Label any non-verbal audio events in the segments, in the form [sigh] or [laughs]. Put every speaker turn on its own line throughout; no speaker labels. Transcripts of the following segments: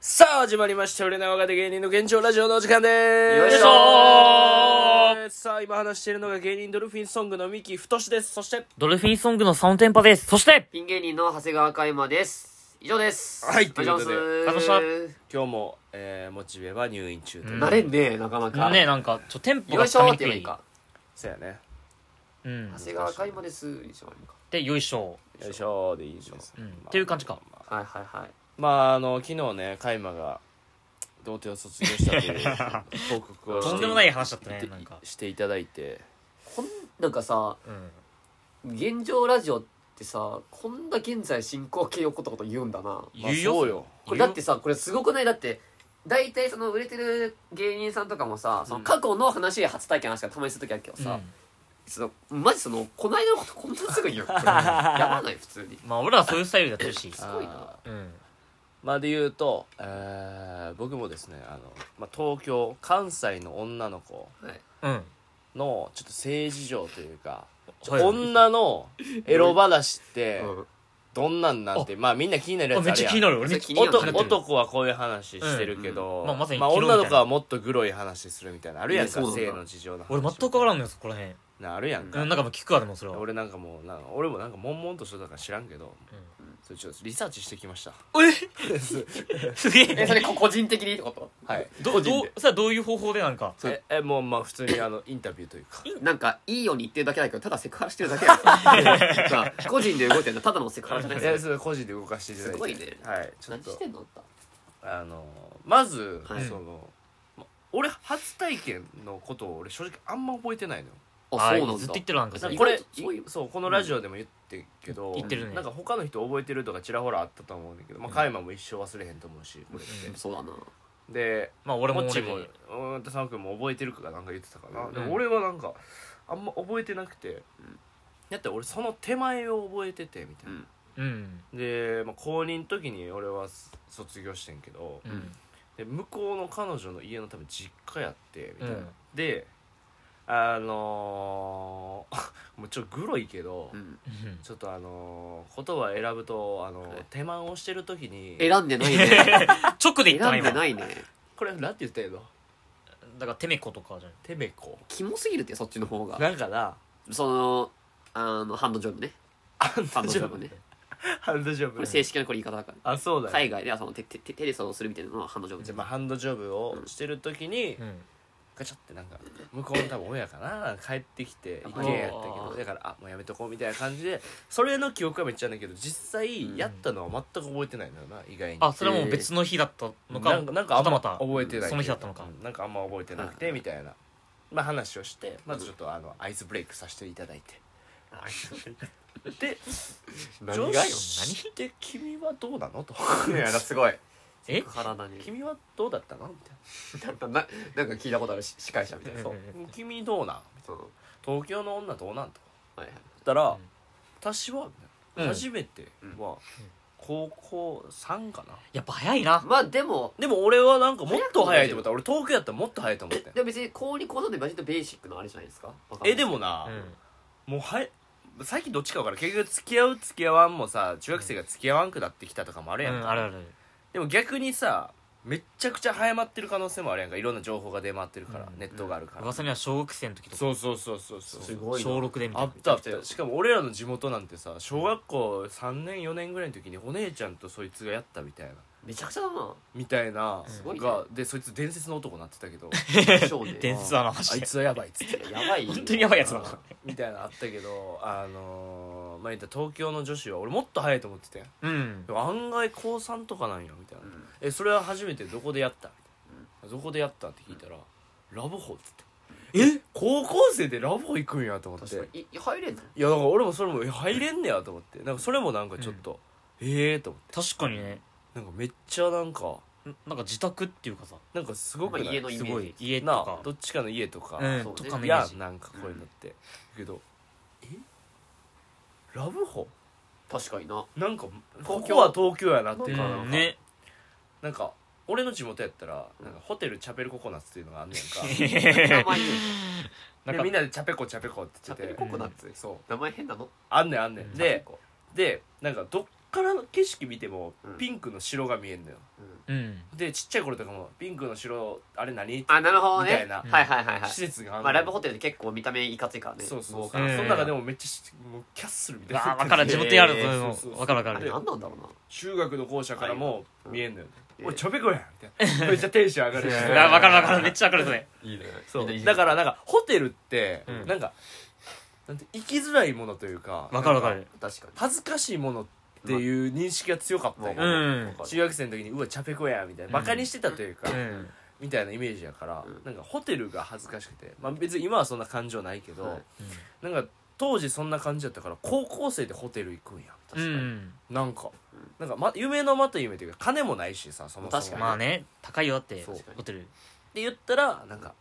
さあ始まりました売れない若手芸人の現状ラジオのお時間です
よいしょー
さあ今話しているのが芸人ドルフィンソングの三木太ですそして
ドルフィンソングのサウンテンパです。そして、
ピン芸人の長谷川海馬です。以上です。
はい
お願いします。
ということでありがとうござい
今日も、えー、モチベは入院中という
慣れんねえ、なかなか。
ね、なんか、ちょ、テンポ
よ
が
いしょー
掴
っ
み
て言
て
えばい
い
いか。
そうやね
うん
長。谷川海馬です。にしましょうか
で、よいしょ。
よいしょーでいいです、
うん
まあ
っていう感じか
まあ
はいはいはい。
まああの昨日ねカイマが童貞を卒業したと
[laughs]
いう報告をして
とんでもない話だったね、なんか。
していただいて
こん、なんかさ、
うん。
現状ラジオってさ、こんな現在進行形起こったこと言うんだな。
言う
まあ
よ。
そうよ
これだってさ、これすごくないだって、大体その売れてる芸人さんとかもさ、その過去の話、初体験の話がたまにするときあるけど
さ
さ、その、マジその、こないだのことこんなすぐ [laughs] 言う。やばない、普通に。
まあ、俺らはそういうスタイルだったし。
すごいな。
あー
うん。
まあで言うと、えー僕もですねあの、まあ、東京関西の女の子
はい。
うん。
のちょっと性事情というか、ちょ
はい
女のエロ話って
うん
どんなんなんて、まあみんな気になるや
あ
つ
めっ
ある
ちゃ
や
気
ん
になる。俺めっちゃ
気になる
男男はこういう話してるけど、
うんまあまさに昨日みた
女
いな
の子はもっとグロい話するみたいなあるやんか
いやそうなんだ
性の事情の話
俺全く分からんのよ、そこら辺。
なあるやんか、
うん、なんかもう聞くわ、でもそれは。
俺なんかもうなんか俺もなんか悶々としてたから知らんけど、それちょっとリサーチしてきました
すげ
え、
え
そ。れこ個人的にってこと
はい
ど、
個人
ど
で
う、さ、どういう方法でなんか。
ええもうまあ普通にあのインタビューというか
なんか、いいように言ってるだけだけど、ただセクハラしてるだけ [laughs] だよさあ個人で動いてるのただのセクハラじ
[laughs]
ゃない
え
ですか。
それ個人で動かしていただいて
すごいね
はいちょっ
何
と
してんのあんた
あのまず、
はい
そのま俺初体験のことを俺正直あんま覚えてないのよ
あ、そうなんだ。
ずっと言ってるなんか
な
さ
ん。か
これ
意外とそういう
そうこのラジオでも言ってるけど、
言ってるね
なんか他の人覚えてるとかちらほらあったと思うんだけどまあ加山も一生忘れへんと思うしこれって、
うん
そうだな。
で
まあ、俺も
もっち
俺
も
も
う。ーんと佐野君も覚えてるかなんか言ってたかな、で
うん
も俺はなんかあんま覚えてなくて、だって俺その手前を覚えててみたいな、
うん
うん。
で、まあ、高2の時に俺は卒業してんけど、
うん。
で向こうの彼女の家の多分実家やってみたいな、
うん
であのー [laughs] もうちょっとグロいけど、
うん
うん
ちょっとあのー言葉選ぶと、あのー
はい
手満をしてる時に
選んでないね。
直で言ったな、
選んで
今。だ
ないね。
これなんて言ったんやろ
から、てめことかじゃん。
てめこ
キモすぎるって、そっちの方が。
だから
その、あの、ハンドジョブね。
ハン
ハン
ドジ
ドジ
ョ
ョ
ブ
ブね。
[laughs] ハンドジョ
こ
ブ
れ正式なこれ言い方だから。
あそうだよ
海外ではその手手手手でそうするみたいなのはハンドジョブ
じゃ
じゃ
あまあハンドジョブをしてる時に、
うん。
ガチャってなんか向こうの多分親かな帰ってきて一軒家やったけ
あ
ど
ー
だからあもうやめとこうみたいな感じでそれの記憶はめっちゃあるんだけど実
う
際
ん
やったのは全く覚えてないんだよな意外に
あ、それはもう別の日だったのか。
なんかなんかあんま
はたまた。
覚えてない
その日だったのか
うんなんかあんま覚えてなくてみたいなまあ話をしてまずちょっとあのアイスブレイクさせていただいてで女子って君はどうなのと
いや、すごい。
え
体だ [laughs] ね。
君はどうだったのみたい
なんかななんか聞いたことあるし司会者みたい
な
な。
[laughs]
そう君どうなん
そう。
東京の女どうなんと
はいはい。
言ったら、
うん
私は、
うん
初めては高校3かな、
やっぱ早いな。
まあでも、
でも俺はなんかもっと早いと思った俺東京やったらもっと早いと思ったよ
でも別に高2高3でマジでベーシックのあれじゃないですか
えで
も
もな
う、ん。
もうはや最近どっちか分からん結局付き合う付き合わんもさ中学生が付き合わんくなってきたとかもあるやんか、
うん、あるある
でも逆にさめっちゃくちゃ早まってる可能性もあるやんかいろんな情報が出回ってるから、
うん
ネットがあるから、
噂には小学生の時とか
そうそうそうそうそう
すごいな
小6でみた
あ
い
っ
な
たあったしかも俺らの地元なんてさ小学校3年4年ぐらいの時にお姉ちゃんとそいつがやったみたいな
めちゃくちゃだ
[laughs]
な
みたいな
すごいね
がでそいつ伝説の男になってたけど
少年
伝説だなマ
あ
ジ
い
で
つはやばいっつって
やばい
本当にやばいやつだな
みたいなのあったけどあのー、まあ言ったら東京の女子は俺もっと早いと思ってて
うん
でも案外高3とかなんやみたいな、えそれは初めてどこでやったみたいなどこでやったって聞いたらラブホっつってえ高校生でラブホ行くんやと思って
確かにい入れんの
いやなんか俺もそれもえ入れんねやと思ってなんかそれもなんかちょっと、ええー、と思っ
確かにね
てなんかめっちゃなんか
なんか自宅っていうかさ
なんかすごく
まあ
ない、
家のイ
す
メ
ご
ージ
い家と
なあ
か
どっちかの家とか、
うん
そうね
とかのイメ
や
ージ
なんかこういうのって、けどえラブホ
確かにな
なんかこ
東京
こは東京やなっていうか
な
なん
うん
か
ね
なんか俺の地元やったらなんかホテルチャペルココナッツっていうのがあんねんか
名前いいね
なん
で
か
みんなでチャペコチャペコって
チ
言
ャ
ってて
ペルココナッツ
そう
名前変なの
あんねんあんね
うんん
ででなんかどっから景色見ても
うん
ピンクの城が見えるのよ
うん
でちっちゃい頃とかもピンクの城あれ何
あなるほど
みたい
ね
な
はいはいはいはい
施設があんの
まあライブホテルで結構見た目いかついからね
そうそう
豪
そ
華
う、
な
うん
その中でもめっちゃしもうキャッスルみたいな
わ分からん自分でやるの
そそ
そう
う
いうう
そう
の分かる分か
あれ
る
何なんだろうな
中学の校舎からも見えんのよ「
うん
おいちょべこやん」みたいなめっちゃテンション上がるし
分かる分かる分かるめっちゃ分かるそれ
いいねそ
いいうね
だからなんかホテルって
うん
なんか、なんて生きづらいものというか
分かる分かる
確か
恥ずかしいものっていう認識が強かった
に
よ、
まあうん
わかる
中学生の時に「うわチャペコや」みたいなバカにしてたというか、
うん
みたいなイメージやから、
うん
なんかホテルが恥ずかしくて、まあ、別に今はそんな感情ないけど、
はい
なんか当時そんな感じだったから高校生でホテル行くんやみた
う
いな、
ん
なんかなんか、ま、夢のまた夢というか金もないしさそもそも
確かに
まあね高いよだって
そう
ホテル
って言ったらなんか、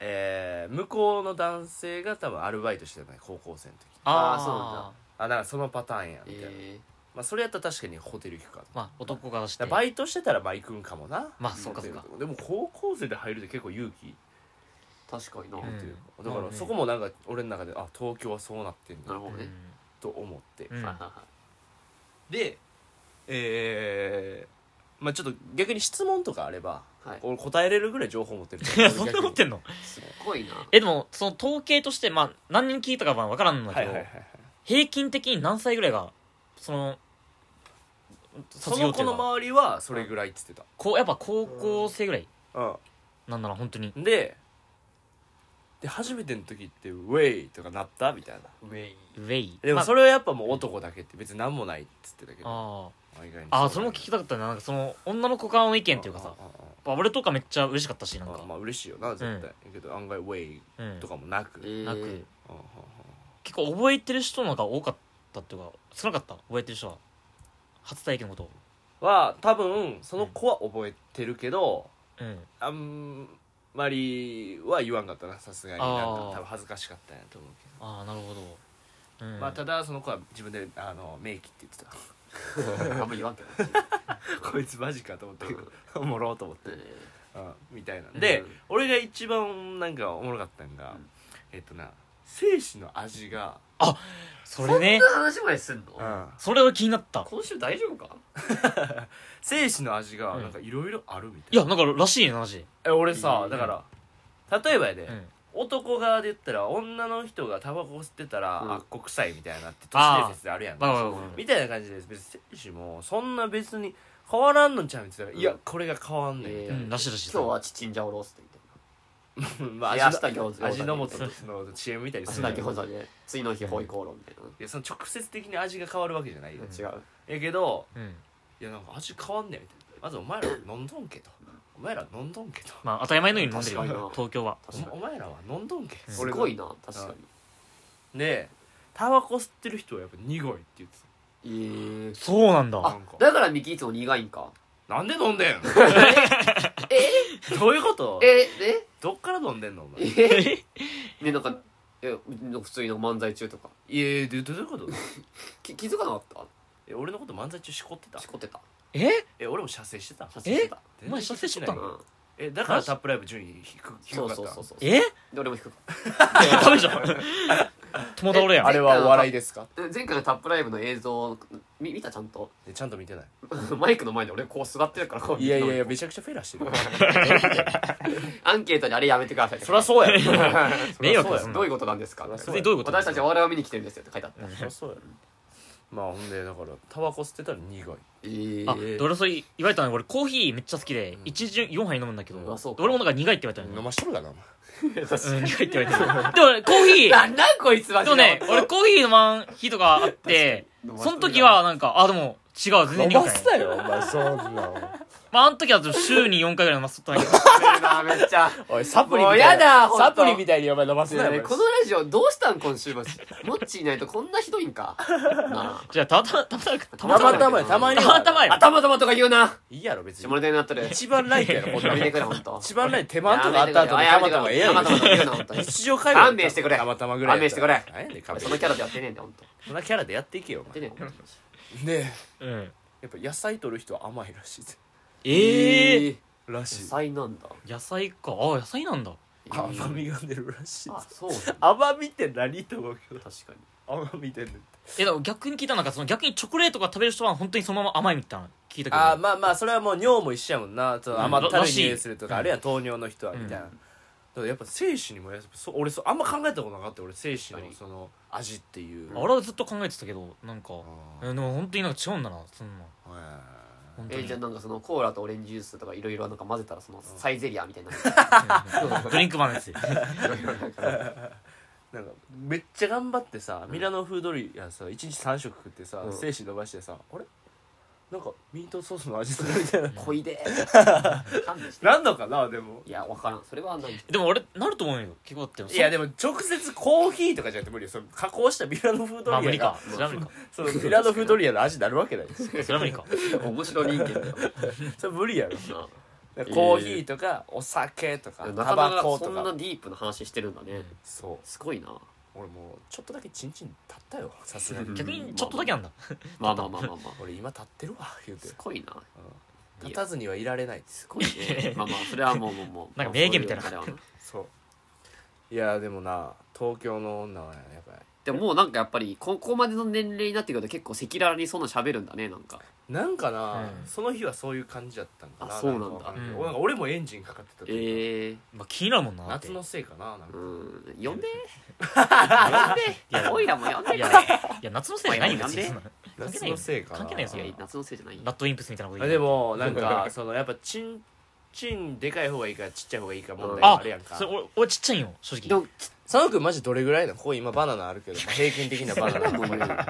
えー向こうの男性が多分アルバイトしてたね高校生の時
あー
ー
そうなんだ
あなんかそのパターンやみたいな、
え
まあ、それやったら確かにホテル行くかだか
まあ男がして
らバイトしてたらまあ行くんかもな
まあそうかそうか
でも高校生で入るって結構勇気
ー確かにな
っ
ん
ていうか、
うん
だか
ま
ら
あね
そこもなんか俺の中であ東京はそうなってん
な
だ
るほどね
と思って、
うん
はいは
でえー、まあちょっと逆に質問とかあれば
いはいはい
俺答えれるぐらい情報持ってる
いやそんな持って
る
んの
すっごいな
えでもその統計としてまあ何人聞いたかは分からんのだ
はい
け
はい
ど
はいはい
平均的に何歳ぐらいがその
そ
卒業
の
ってい
子
う
の
か
周りはそれぐらいっつってた、
こうやっぱ高校生ぐらい
うん
なんだな本当に
でで初めての時って「ウェイ!」とかなったみたいな
ウェイ
ウェイ
でもそ
れ
れはやっぱもう男だけって別に何もないっつってたけど
あ
あ意外に
ああーそれも聞きたかったななんかその女の子側の意見っていうかさやっ
ああ
ぱ俺とかめっちゃ嬉しかったしなん
ああ
か
あまあ嬉しいよな絶対、だけど案外「ウェイ!
う」ん
とかもなく、
えー
なく
あああ
結構覚えてる人の方が多かったっていうか少なかった覚えてる人は初体験のことを
あは多分その子は覚えてるけど、
うん
あんまりは言わんかったなさすがに
あ
なん
ー
か多分恥ずかしかったんやと思うけ
ああなるほど、う
ど、
ん、
まあただその子は自分で「あの名機」って言ってた
[laughs] あんま言わんけど
こいつマジかと思ったけどおもろうと思って。うんみたいなで、
うん
俺が一番なんかおもろかったんが、
うん
えっとな精子の味が、
それね
そんな話まですんの
それは気になった
今週大丈夫か
精子の味が
うん
なんかいろいろあるみたい
い
な、
やなんからしいねマジ
え俺さ
いい
だから例えばやで、
うん
男側で言ったら女の人がタバコ吸ってたら、
うん
あっこ臭いみたいなって都市
あー
伝説であるやん
わかるわかるわかる
みたいな感じで別に精子もそんな別に変わらんのちゃうみたいな、
うん
いやこれが変わんねんみたい
え
な、
ー
うんらしいらしい
今日はチチンジャオロースって言って
ま
冷やした餃子
味の素の CM みたいにす
明
る
日
や
だ
ん
けほどで次の日ホイコーローみたい
いやその直接的に味が変わるわけじゃないよ、
な違う
やけど
うん
いやなんか味変わんねえみたいなまずお前ら飲んどんけとお前ら飲んどんけと
まあ当たり前のように飲んでる
確かに
よ
な
東京は
確か
お前らは飲んどんけ、
うん
にすごいな確か
にでタバコ吸ってる人はやっぱ苦いって言って
にええ
そうなん
な
だ
あ
んか
だからミキいつも苦いんか
たなんで飲んでん
[laughs] え
どういうこと
ええ
どっから飲んでんのお前い
えねなんかえ普通に漫才中とか
やいやどどういうこと
き気づかなかっ
え俺のこと漫才中しこってた
たしこってた
え
え俺も射精してた
写真してた
全然
お前射精しとった
う
の
ん
えだからタップライブ順位低く低
そ
か
う
った
そうそうそう
え
で俺も低く
[laughs] ダメじゃん友倒れやん
あれはお笑い
ですか
前回のタップライブの映像み見たちゃんと
ちゃんと見てない
マイクの前で俺こう座ってるからこう
いやいやいやめちゃくちゃフェラしてる
アンケートにあれやめてくださ
[laughs]
い
そりゃそうやろ
[laughs]
迷惑だそんな
どういうことなんですか
そ
りゃそうやどういうこと
私たちはお笑いを見に来てるんですよって書いてあった
そりゃそうやろまあほんでだからタバコ吸ってたら苦い
え
あ
ー
で俺それ言われたの俺コーヒーめっちゃ好きで一日4杯飲むんだけど
うんあそうか
俺もなんか苦いって言われたのよ
飲ましとるかなお前
うん苦いって言われたのよでも俺コー [laughs] ヒ
[laughs]
ー
なんなんこいつマ
で
ジ
も
で
ね俺コーヒー飲まん日とかあって
確かに
その時はなんかあでも違う全然苦くない
よお前そんな
まああの時は週に4回ぐらい飲ませとったんだ [laughs] けど
俺なめっちゃ
おいサプリみ
も
た
う
いな
やだほんと
サプリみたいにお前飲ませ
ね
な
え
い
ねえこのラジオどうしたん今週末モッチーいないとこんなひどいんか [laughs] なあ
じゃあたまたまたまたま
た
たま
またまやたまには
たまたまや
頭玉とか言うない
いやろ別に
下ネタになってる
一番ライトやろこんな
や
の
めてくれほんと
一番ライト手間とかあった後のたまたまええやろ
たまたまとか言うなほんとに
日常会話
勘弁してくれ
たまたまぐらい
勘弁してくれ
何やねん勘弁
そのキャラでやってねえんだよほんと
そんなキャラでやっていけよお前
やってねえよ
ね
うん
えやっぱ野菜取る人は甘いらしいぜ
ええ
ら
主
しい
催なんだ
野菜かあ野菜なんだ
甘みが出るらしい
あそうなんだ
甘みって何と思うけど
確かに
甘み出る
えだから逆に聞いたのがその逆にチョコレートが食べる人は本当にそのまま甘いみたいなの聞いたけど
あーまあまあそれはもう尿も一緒やもんなちょっと甘ったる
らら
い
しい
匂いするとか、
うん
あるいは糖尿の人はみたいな、
うん
だからやっぱ精子にもやっぱそ俺そうあんま考えたことなかった俺精子の
確かに
その味っていう
あ俺はずっと考えてたけどなんか
あ
えでも本当になんか違うんだなそんな
ー
本当
え
に
じゃあなんかそのコーラとオレンジジュースとかいろいろなんか混ぜたらそのサイゼリアみたいな
ドリンクバーのやつ [laughs]
なんかめっちゃ頑張ってさミラノ風ドリアさ1日3食食ってさ、
うん
精子伸ばしてさあれなんかミートソースの味するみたいな
濃いで勘弁して
なんのかなでも
いや分からんそれはない
でも俺なると思うよ結構だって
いやでも直接コーヒーとかじゃなくて無理よその加工したミラノ風ド
まあ
リ
無
ア
理
が、
かそれは無理か
そのミラノ風ドリアの味になるわけないです
[laughs]
それは無理か
面白い人間だよ
それ無理やろ
な
コーヒーとかお酒とか
な
タ
か
バ
なか
コ
そ
と
んな
か
ディープな話してるんだね
そう
すごいな
俺もうちょっとだけチンチン立ったよさすがに
うん
逆にちょっとだけなんだ
まあまあまあまあまあ
俺今立ってるわ言うて
すごいな
立たずにはいられないです
すごいねまあまあそれはもうもうもう
なんか名言みたいな
まあそうう流れは
そういやでもな東京の女はやっぱり
でももうなんかやっぱりここまでの年齢になってくると結構赤裸々にそんな喋るんだねなんか
なんかな、
うん
その日はそういう感じだったんかな
あそうなんだ
かわかけど
うん
なんか俺もエンジンかかってたというか
ええ
まあ気になるもんなだって
夏のせいかななんか
うん呼んで
いや
おいらも呼んで
い
い
や
や
いや夏のせいじゃないよ別にそんな関係
夏
ない
の
よ
せいかな
関係ないよそれ
夏のせいじゃないよ
ラッドインプスみたいなこと
あ
言
で
う
[laughs]
の
もなんかそのやっぱチンチンでかい方がいいかちっちゃい方がいいか問題
も
が
あ
あるやんか
それ俺俺ちっちゃいよ正
で
直
も
佐野くんマジどれぐらいなのここ今バナナある [laughs] けど、まあ平均的なバ [laughs] ナナ
もう言うよ
ま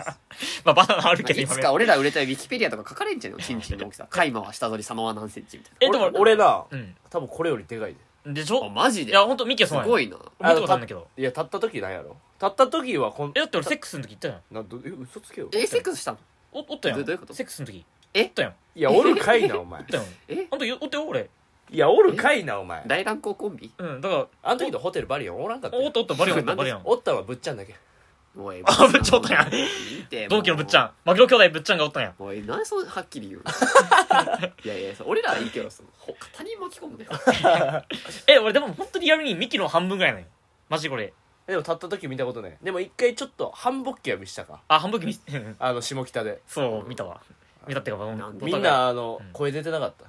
あバナナある
まあ
けど
い
今
つ
ね
か俺ら売れたいウィキペディアとか書かれんじゃんよチンチンの大きさカイマは下取り様は何センチみたいな
えでも
俺俺な
う
多分これよりでかいで
んでし
あ
ょ
マジ
い
で
や本当ミキは
す
そうなん
ご
い
いな
見たことあるんだけど
いや立った時なんやろ立った時はこん
えだって俺セックスの時言ったやん
などえ嘘つけよ
えセックスしたの
おおったやん
どどういうこと
セックスの時
え
おったやん
いやおるかいなお前 [laughs]
おったやん
え
あんたよおったよ俺
いやおるかいなお前
大乱高コンビ
うんだから
あの時のホテルバリオンおらんかった
お
よ
ったおったバリオンおったバリ
[laughs]
オン
おったんはぶっちゃんだけ
おい
あぶっちゃおったやん
見て
同期のぶっちゃ
ん
んマグロ兄弟ぶっちゃんがおったんや
おい何そうはっきり言うの
[laughs]
いやいやそう俺らはいいけどそのほ他人巻き込
[laughs]
むね
え俺でも本当にリアルにミキの半分ぐらいなんよマジこれ
でも立った時見たことねでも一回ちょっと半ボッケは見したか
あ半分見うん
あの下北で
[laughs] そう見たわ見たってかまあ
なんで
お
み
互い
んなあの
うん
声出てなかった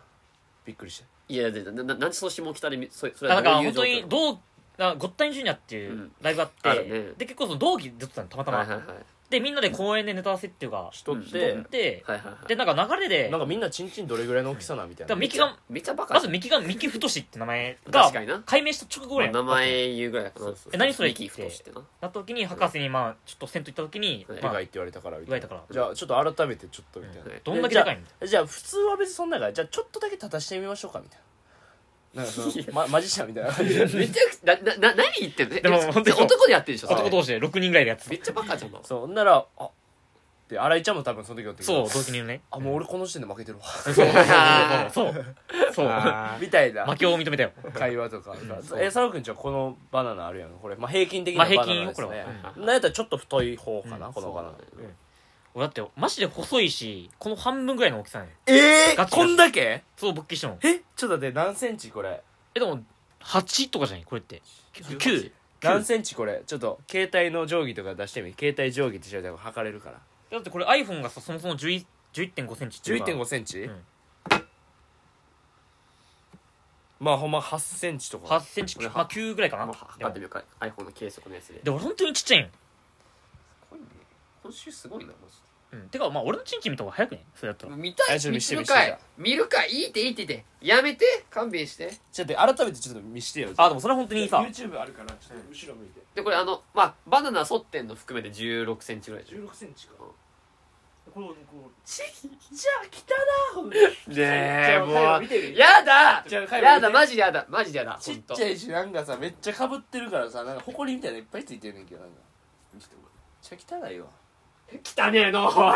びっくりした
いやでなななんでその下北でみそそれ
だ
は
から
どういう状
本当
況
に同あゴッタインジュニアっていううんライブがあって、
あるね
で結構その同期で撮ってたのたまたま、
はいはいはい
でみんなで公園でネタ合わせっていうか
しとっ
う
て
ん
で、
はいはい
でなんか流れで
なんかみんなチンチンどれぐらいの大きさなみたいな
だからミキが
めっちゃバカ
まずミキがミキ太しって名前が
確かにな
解明した直後ぐらい
名前言うぐらいだから
そうそう
え何それ
ミキ太しってな
なった時に博士にまあちょっと銭湯行った時に、
はい
で
ま
か
あ
いって言われたからみ
言わ
たい
れ
な
たから
じゃあちょっと改めてちょっとみたいな
はい
どんだけでかいんだ
じゃあ普通は別にそんなからじゃあちょっとだけ立たしてみましょうかみたいななんかそ
[laughs]
のま、マジシャンみたいな感じで
めちゃくちゃななな何言ってんのえ
でも
え
本当にそう
男でやってるでしょそれ
男同士で6人ぐらいでやって
めっちゃバカじゃん [laughs] な
そうほんならあで新井ちゃんも多分その時だったけ
たそ
ど
う同期にね
あもう俺この時点で負けてるわ
そうそうそうそう
[laughs] みたいな
[laughs] 負けを認めたよ
会話とか
そう
え佐野君じゃあこのバナナあるやんこれ、まあ、平均的
ま
な
あ
バ
平
ナナ
均
ですね、
よこれは
なんやったらちょっと太い方かな、
うん
このバナナ
そう
俺だってマジで細いしこの半分ぐらいの大きさね
え
ガチガチ
だけ
そう勃起したの
えちょっと待って何センチこれ
えでも8とかじゃないこれって9
何センチこれちょっと携帯の定規とか出してみ携帯定規って調べたら測れるから
だってこれ iPhone がさそもそも11 11.5センチっていうか
11.5センチ、
うん
まあほんま8センチと
8
か
センチ
これ
まあ9ぐらいかな
まあ測って
で
み
も
ようか iPhone の計測のやつで
で俺本当にちっちゃいんよ
今週すごいなマジで
うんてかまあ俺のチンチン見た方が早くねそれだったら
見た
あ
い
ちょっと見して
見るかい
見し
見るかいいっていいっていいってやめて勘弁して
ちょっと改めてちょっと見してよ
あでもそれは本当にさ
YouTube あるからちょっと後ろ向いて
でこれあのまあバナナ沿ってんの含めて1 6センチぐらいでしょ
16センチかこれこう
ち
じゃあ汚なね
ねえも
見て
う
み
やだ
じゃあカイロ
や
見
だ
て
マジでやだマジでやだ
ちっ
ほん
ち
と
ゃいしなんかさめっちゃかぶってるからさなんかほこりみたいなのいっぱいついてるねんけどなんかめっちゃ汚いわ
汚ねえのおい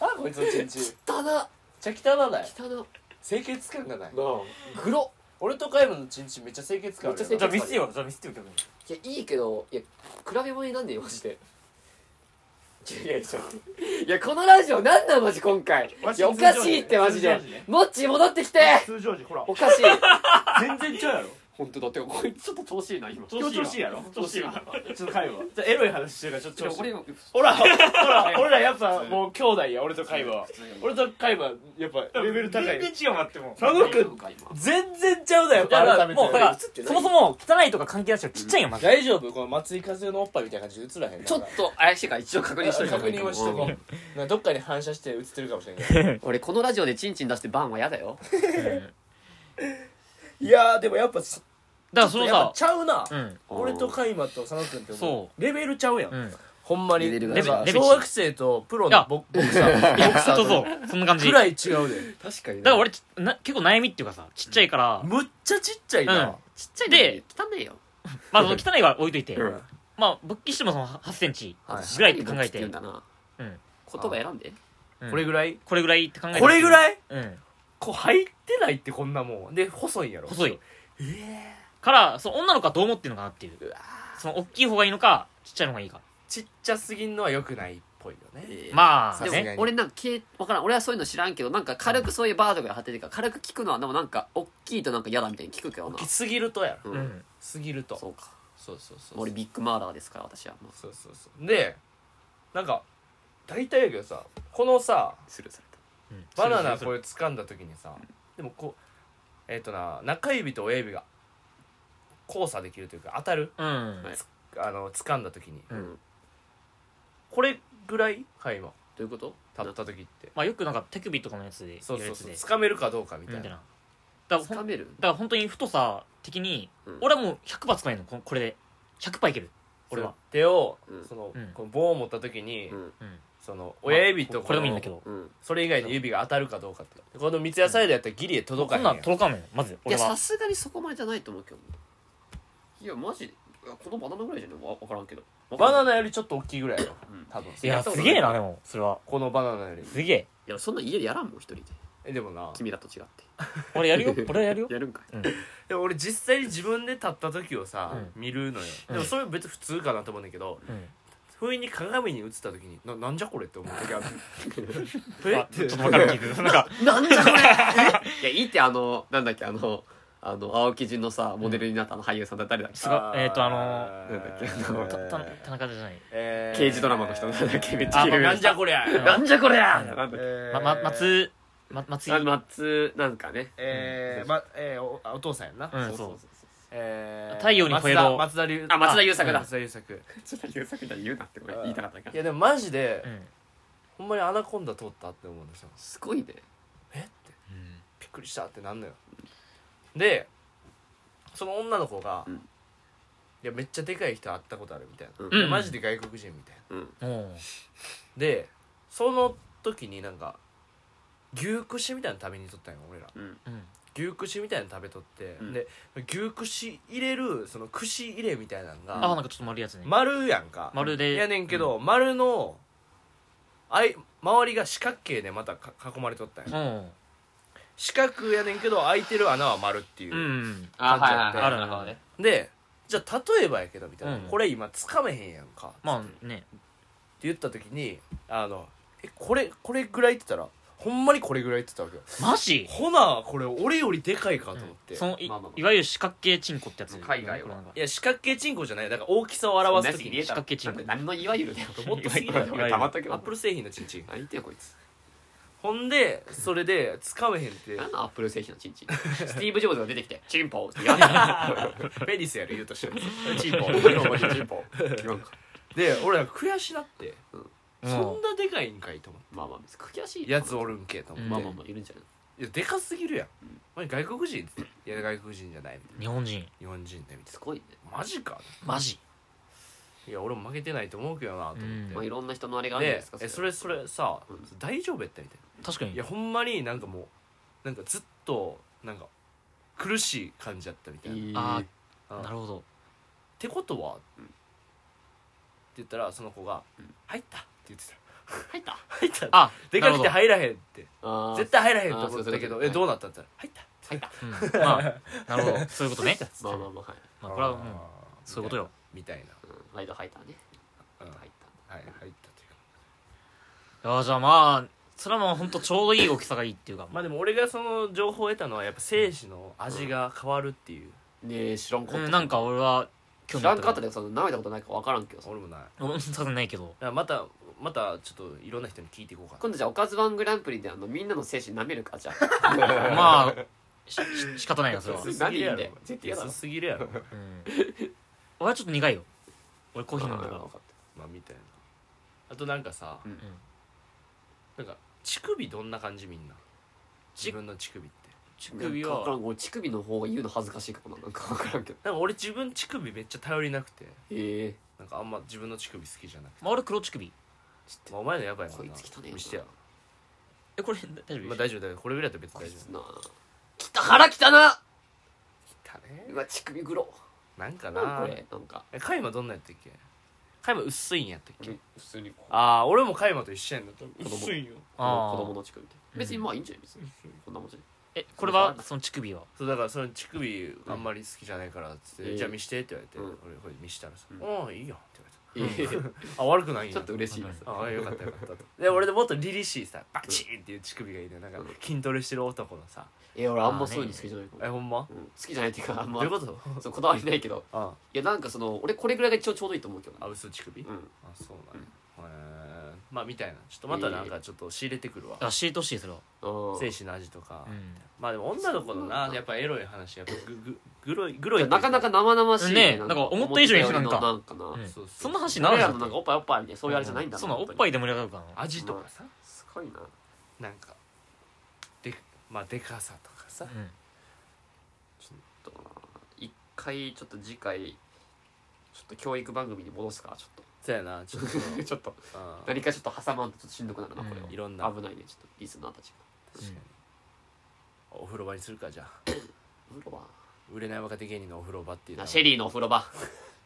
あこいつのチンチンめっ
汚な
ちゃ汚ない
汚な
清潔感がない
グロ
俺とカイムのチンチンめっちゃ清潔感あるよ
めっちゃ清潔
てよじゃあ見せてよ逆に
いやいいけどいや比べ物になんねえよマジでいやいやちょっといやこのラジオなんなんマジ今回
マジ
いやおかしいってマジ
通常
で
時ね
もっち戻ってきて
通常時ほら
おかしい
[laughs] 全然ちゃうやろ
本当だってこいつちょっと調子いいな今
調子いいわ
今日調子いいやろ
調子いいわ
ちょっと会話じゃあエロい話してるからちょっと
で
調
も
子
俺今
ほらほ [laughs] ら俺らやっぱもう兄弟や俺と会話は俺と会話やっぱレベル高い
全然違う待っても
佐野君
今か今
全然ちゃうだよ
だから
改めてもうだから
映ってない
そもそも汚いとか関係なしちっちゃいよマジで
大丈夫この松井和代のおっぱいみたいな感じで映らへん
ちょっと怪しいから一応確認しといた方
[laughs] 確
がいい
認はしとこうなどっかに反射して映ってるかもしれない
うん俺このラジオでチンチン出してバンは嫌だよ
いやーでもやっぱそ
だからその
やっぱ
さ
ちゃうな、
うん
俺とカイマと佐野君っても
そう
レベルちゃうやん、
うん
ほんまに
レベルが
なんか
レベル
小学生とプロ
いや
のボボクサーボクサ
そ
ー
う
と
そうそんな感じ
ぐ
だ
ら
か
い違うで
確かに
ら俺ちな結構悩みっていうかさちっちゃいから
むっちゃちっちゃいな、
ちっちゃい
で
で汚いよ
まあその汚いは置いといて
うん
まあ勃起してもその8センチ
はい
ぐらいって考えて
言うんだな
うん
言葉選んで
うん
これぐらい
これぐらいって考えて
これぐらい
うん
こう入ってないってこんなもんで細いんやろ
細いからその女の子はどう思ってるのかなっていう
うわ
その大きい方がいいのかちっちゃいの方がいいか
ちっちゃすぎんのは良くないっぽいよね
えー
まあ
さすがに
ね
でも俺なんかけわからん俺はそういうの知らんけどなんか軽くそういうバーとかで貼ってるから軽く聞くのはでもなんか大きいとなんか嫌だみたいに聞くけどな
きすぎるとやろ
う
うんん
すぎると
そうか
そうそうそうそう
俺ビッグマーダーですから私はもう
そうそうそうでなんか大体やけどさこのさ
スルーされた
うん
バナナ
そ
こ
れ
れ掴んだ時にさでもこうえっ、とな中指と親指が交差できるというか当たる
それうん
はい
あの掴んだ時に
うん
うんど
これぐらいはい今
ういうこと
立った時って
まあよくなんか手首とかのやつでやるやつで
そうそうそう掴めるかどうかみた
み
い
たい
な
なだからほん
掴
だか
める
ら本当に太さ的に
うん
俺はもう100発使えんのここれで100パいける俺は
手を
うん
その
うん
この棒を持った時に
うん
うん
その親指と
これでもいいんだけ
ど
ど
うん
それ以外の指が当たるかどうかってこの三ツ矢サイダーやったらギリで届か
こ
へ
ん
ん
な
や
ん
ん
届かんのよまず
い
俺
やさ
は
すがにそこまでじゃないと思うけどいやマジでいやこのバナナぐらいじゃねわわからんけど
バナ
ナ
ナよりちょっと大きいぐらいやろ
うん
多分
いやすげえなでもそれは
このバナナより
すげえ
いやそんなん家でやらんもん一人で
えでもな
君らと違って
俺
[laughs]
やるよ俺はやるよ
やるんかい
でも俺実際に自分で立った時をさ、
う
見るのよ
うん
でもそれ別に普通かなと思うんだけど
うん
不意に鏡に映った時にななんじゃこれって思う時あるえ
あ
っ
ちょ
て
っとわかる気
[laughs]
するなんか
なんじゃこれいやいいってあのなんだっけあのあの青木純のさモデルになったあの俳優さんだ誰だっけ
すごいえっとあのー
なんだっけ
たた田中じゃない
えー
刑事ドラマの人なんだっけめっちゃ
あ
有
まあ
名
な
なん
じゃこりゃ
うん
なんじゃこれや
うん
なんだっけ
え
まま松ま松井
あ松なんかね
えーまえーおお父さんやんな、
うん
そう
そ
そうそう
えー
太陽にほえ
松田
ろ
松田龍
あ松田優作だ
松田優作
[laughs] ちょっと優作みたいに言うなってこれ言いたかったか
い
ら
やでもマジで、
ううん
ほんまにアナコンダ通ったって思うんですよ
すごいね
えってびっくりしたってなんのよでその女の子が、
うん
いやめっちゃでかい人会ったことあるみたいな、
うん
いやマジで外国人みたいな
うん
おう
でその時になんか牛串みたいなの食べにとったんよ俺ら
うん
うん
牛串みたいなの食べとって、
うん
で牛串入れるその串入れみたいなの
あ
が
なんかちょっと丸いやつね
丸やんか
丸で
やねんけど、丸のあい周りが四角形でまたか囲まれとったんよ
うん
四角やねんけど開いてる穴は丸っていう、
うん
あ
感
は
じ
い
やっ
は
て
いはいなるほどね
でじゃあ例えばやけどみたいな、
うん
これ今つかめへんやんか、っ
まあね
て言った時にあのえこれこれぐらいって言ったらほんまにこれぐらいって言ったわ
マジ
けよほなこれ俺よりでかいかと思って、
そのい,、
まあまあまあ
いわゆる四角形チンコってやつ
海外は
これなんか
いや四角形チンコじゃないだから大きさを表す時に
仕掛けチンコ
何のいわゆるだよ
もっとすぎるよ
お前黙っとけ
アッ
よ
プル製品のチンチン
何言ってんこいつ
ほんでそれでつかめへんって
何のアップル製品のチンチンスティーブ・ジョブズが出てきてチンポって言わない
ベニスやる言うとしてる
チンポチンポ
で俺ら悔しなって、
うん
そんなでかいんかいと思っ
まあまあ悔しい
てやつおるんけと思って、
うん
まあまあまあいるんじゃない
いやでかすぎるやん、お前外国人っていや外国人じゃないみたいな
日本人
日本人でみたい
すごいね
なマジか
マジ
いや俺も負けてないと思うけどなと思って、
まあいろんな人のあれがあるん
で
ですか
えそれそれさ、
うん
大丈夫やったみたい
確か
な
に
いやほんまになんかもうなんかずっとなんか苦しい感じやったみたいな、
いい
あ
うん
なるほど
ってことは、
うん
って言ったらその子が「
うん
入った」って言ってた
入った
「 [laughs] 入った」
あ
でかくて
なる
入らへんって
あー
絶対入らへんと思っ
あーそうい
た
う
け
こと
ど「
ね
えどうなった?」って言ったら「入った」
入った
ほどうんまあなるほどそういうことね
まあまあまあはい
まあこれはうん
ー
そういうことよ
みたいな、
うんライド入ったね
うんは
入
い
った
入ったという
いやじゃあまあそれはもうほんとちょうどいい大きさがいいっていうか
まあでも俺がその情報を得たのはやっぱ精子の味が変わるっていう
ねえ知らんかった、
うんなんか俺は興
知
味
らんかった
で
でその舐めたことないか分からんけどさ
俺もないだか
俺もさせないけど
らまたまたちょっといろんな人に聞いていこうかな
今度じゃあおかず番グランプリであのみんなの精神舐めるかじゃあ
まあしし仕方ないなそれは、う
そ
ん
安
う、
すぎるやろ
何で絶対嫌だろ
安すぎるやろ
俺はちょっと苦いよ俺コーヒー飲んだから
分かった
まあみたいなあとなんかさ、
うん
なんか乳首どんな感じみんな
ち
自分の乳首って
乳
なん
首
か分から
は
ん俺乳首の方が言うの恥ずかしいかもななんか分からんけど
なんか俺自分乳首めっちゃ頼りなくて
ええ
なんかあんま自分の乳首好きじゃなくて、
まあ俺黒乳首
ち
まあ、
ょっ
お前のやばいもん
とこい
な
つ汚ねえ
見してや
えこれ大丈夫
まあ大丈夫だよこれぐらいだと別に
こい
大丈
つな北腹汚な
夫だね
うわ乳首黒
なんか
なん
な
これなんか
えカイマどんなんやったっけカイマ薄いんやったっけ、
普通にこう
ああ俺もカイマと一緒やんだと
供
薄いんよ
子
あー
供の乳首みたいな別にまあいいんじゃない別にこんなもんじゃない
えこれはその乳首は
そうだからその乳首あんまり好きじゃないからっつって、
うん
じゃあ見してって言われて、
うん
俺これ見したらさ「
うん
ああいいよ」って
え
言
え
われて「あ悪くないんや」
ちょっと嬉しいです
ああよかったよかったとで俺でもっと凛々しいさバチーンっていう乳首がいいねなんか
うん
筋トレしてる男のさ
え俺あんまそういうの好きじゃないか
え
も、
ほんま
うん、好きじゃないっていうかあん
ど
ま
ういうこと
そうこだわりないけど
あ
いやなんかその俺これぐらいが一応ちょうどいいと思うけど
あ
な
薄乳首
う
あ
ん
そうなんやへえまあみたいなちょっとまたなんかちょっと仕入れてくるわ
あ教えてほしいそれは
うん
精子の味とか
うん
まあでも女の子の
そうなん
な
だ
やっぱエロい話やっぱグググロいグロいってい
な
う
かなか生々しい
ねなんか思った以上にし
な
な
んん
か
かなんかな、
うん
そうそう
そんな話にな
俺
ら
ら
な
のないんかおっぱいおっぱいみたいなそういうあれじゃないんだ
そうなのおっぱ
い
いで盛り上がるからな
味とかさ
すごいな
なんかでまあでかさとかさ
うん
ちょっとな一回ちょっと次回ちょっと教育番組に戻すからちょっ
そうやなちょっ
と [laughs] ちょっと
とあー
何かちょっと挟まんとちょっとしんどくなるなこれ
うん
い
は、
ろんな
危ないねちょっとリスナーたちが
確かにお風呂場にするかじゃあ
お風呂場
売れない若手芸人のお風呂場っていうの
な
は
シェリーのお風呂場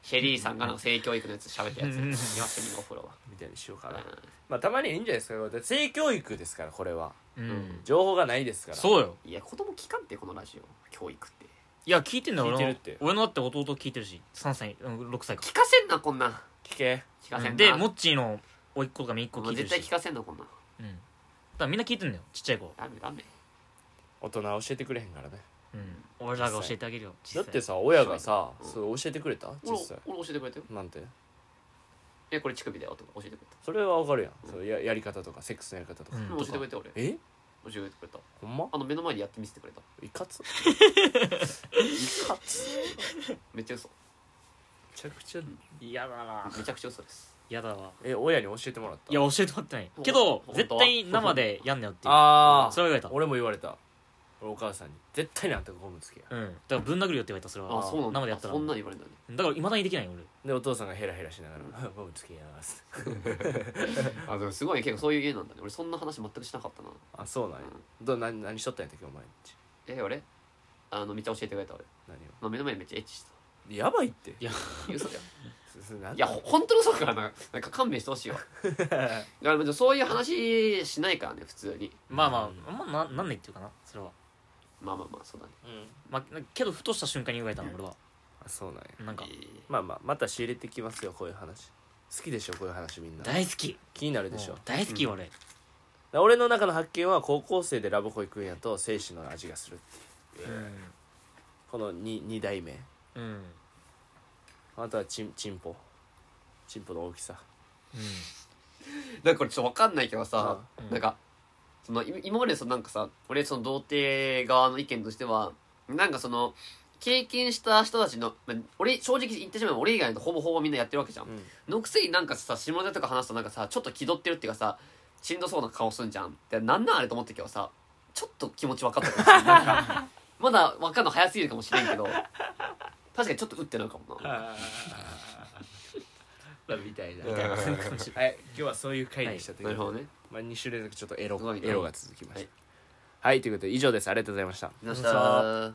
シェリーさんがの性教育のやつ喋ったやつ
うん
今シェリーのお風呂
みたいにしようか
場
な
うん
まあたまにはいいんじゃないですかだって性教育ですからこれは
うん
情報がないですから
そうよ
いや子供聞かんってこのラジオ教育って
いや聞いてんだよ
聞いてる
俺の
って
俺のだって弟聞いてるし3歳うん6歳か
聞かせんなこんなん
聞け
聞かせんな
でモッチーの甥っ子とか姪っ子
も
聞
う
いてる
絶
し
対聞かせんなこんなん
うんだからみんな聞いてんだよちっちゃい子
ダメダメ
大人は教えてくれへんからね
うん俺らが教えてあげるよ
だ
小
っ
さい
てさ親がさ
うん
そう教えてくれた
俺
実際
俺教えてくれたよ
なんて
えこれ乳首だよとか教えてくれ
それはわかるやんそうややり方とかセックスのやり方とか
うん
た、
と
教え
か
てくれたよ俺
え
教えてくれた
ほんま
あの目の前でやってみせてくれた
いかついかつ
めっちゃ嘘
めちゃくちゃ嫌だな
めちゃくちゃ嘘です
やだわ
え親に教えてもらった
いや教えてもらってない
お
けど
本当
絶対生でやんなよっていう
あ
そ
あ
れは言われ
俺も言われた俺お母さんに絶対にあんたゴムつけや
たうんだからぶん殴るよって言われたそれ
あ
は
そうなんだ
生でやったら
そんなに言われるんだね
だからいまだにできないよ
で
俺
お父さんがヘラヘラしながら [laughs] 「ゴムつけやーす
あでもすごいね結構そういう芸なんだね俺そんな話全くしなかったな」
あそうなんやど何何しとったんやったっけお前んち
え俺あのめっちゃ教えてくれた俺
何を
あの目の前でめっちゃエッチ
[laughs]
して
やばいって
いや
た嘘だよ
い
いやほ本当の嘘だからななんか勘弁してほし
[laughs]
いわだからもうそういう話しないからね普通に
まあまああんまななんないっていうかなそれは
まあまあまあそうだね
うん
まあけどふとした瞬間に言われたの俺は
あそうなんや
なんか
えー
まあまあまた仕入れてきますよこういう話好きでしょこういう話みんな
大好き
気になるでしょ
もう大好きよ俺
俺の中の発見は高校生でラブホ行くんやと精子の味がするっていうこの 2, 二代目
うんうん
あとはチンチンポチンポの大きさ
なんかこれちょっと分かんないけどさ、
うん
なんかそのい今までそのなんかさ俺その童貞側の意見としてはなんかその経験した人たちのまあ俺正直言ってしまえば俺以外のほぼほぼみんなやってるわけじゃん、
うん
のくせになんかさ下ネタとか話すとなんかさちょっと気取ってるっていうかさしんどそうな顔すんじゃんでなんなんあれと思ってけどさちょっと気持ち分かったかもしれないなんかまだ分かんの早すぎるかもしれんけど確かにちょっとうってなるかもな
まあみたいな
みたいな
はい今日はそういう回でしたと
な
いう
る
こ
ほ
と
ど
で、
ね
まあ、2週連続ちょっとエロ
すごいね
エロが続きましたは
はい
い、ということで以上ですありがとうございました
どうし
こんにち
た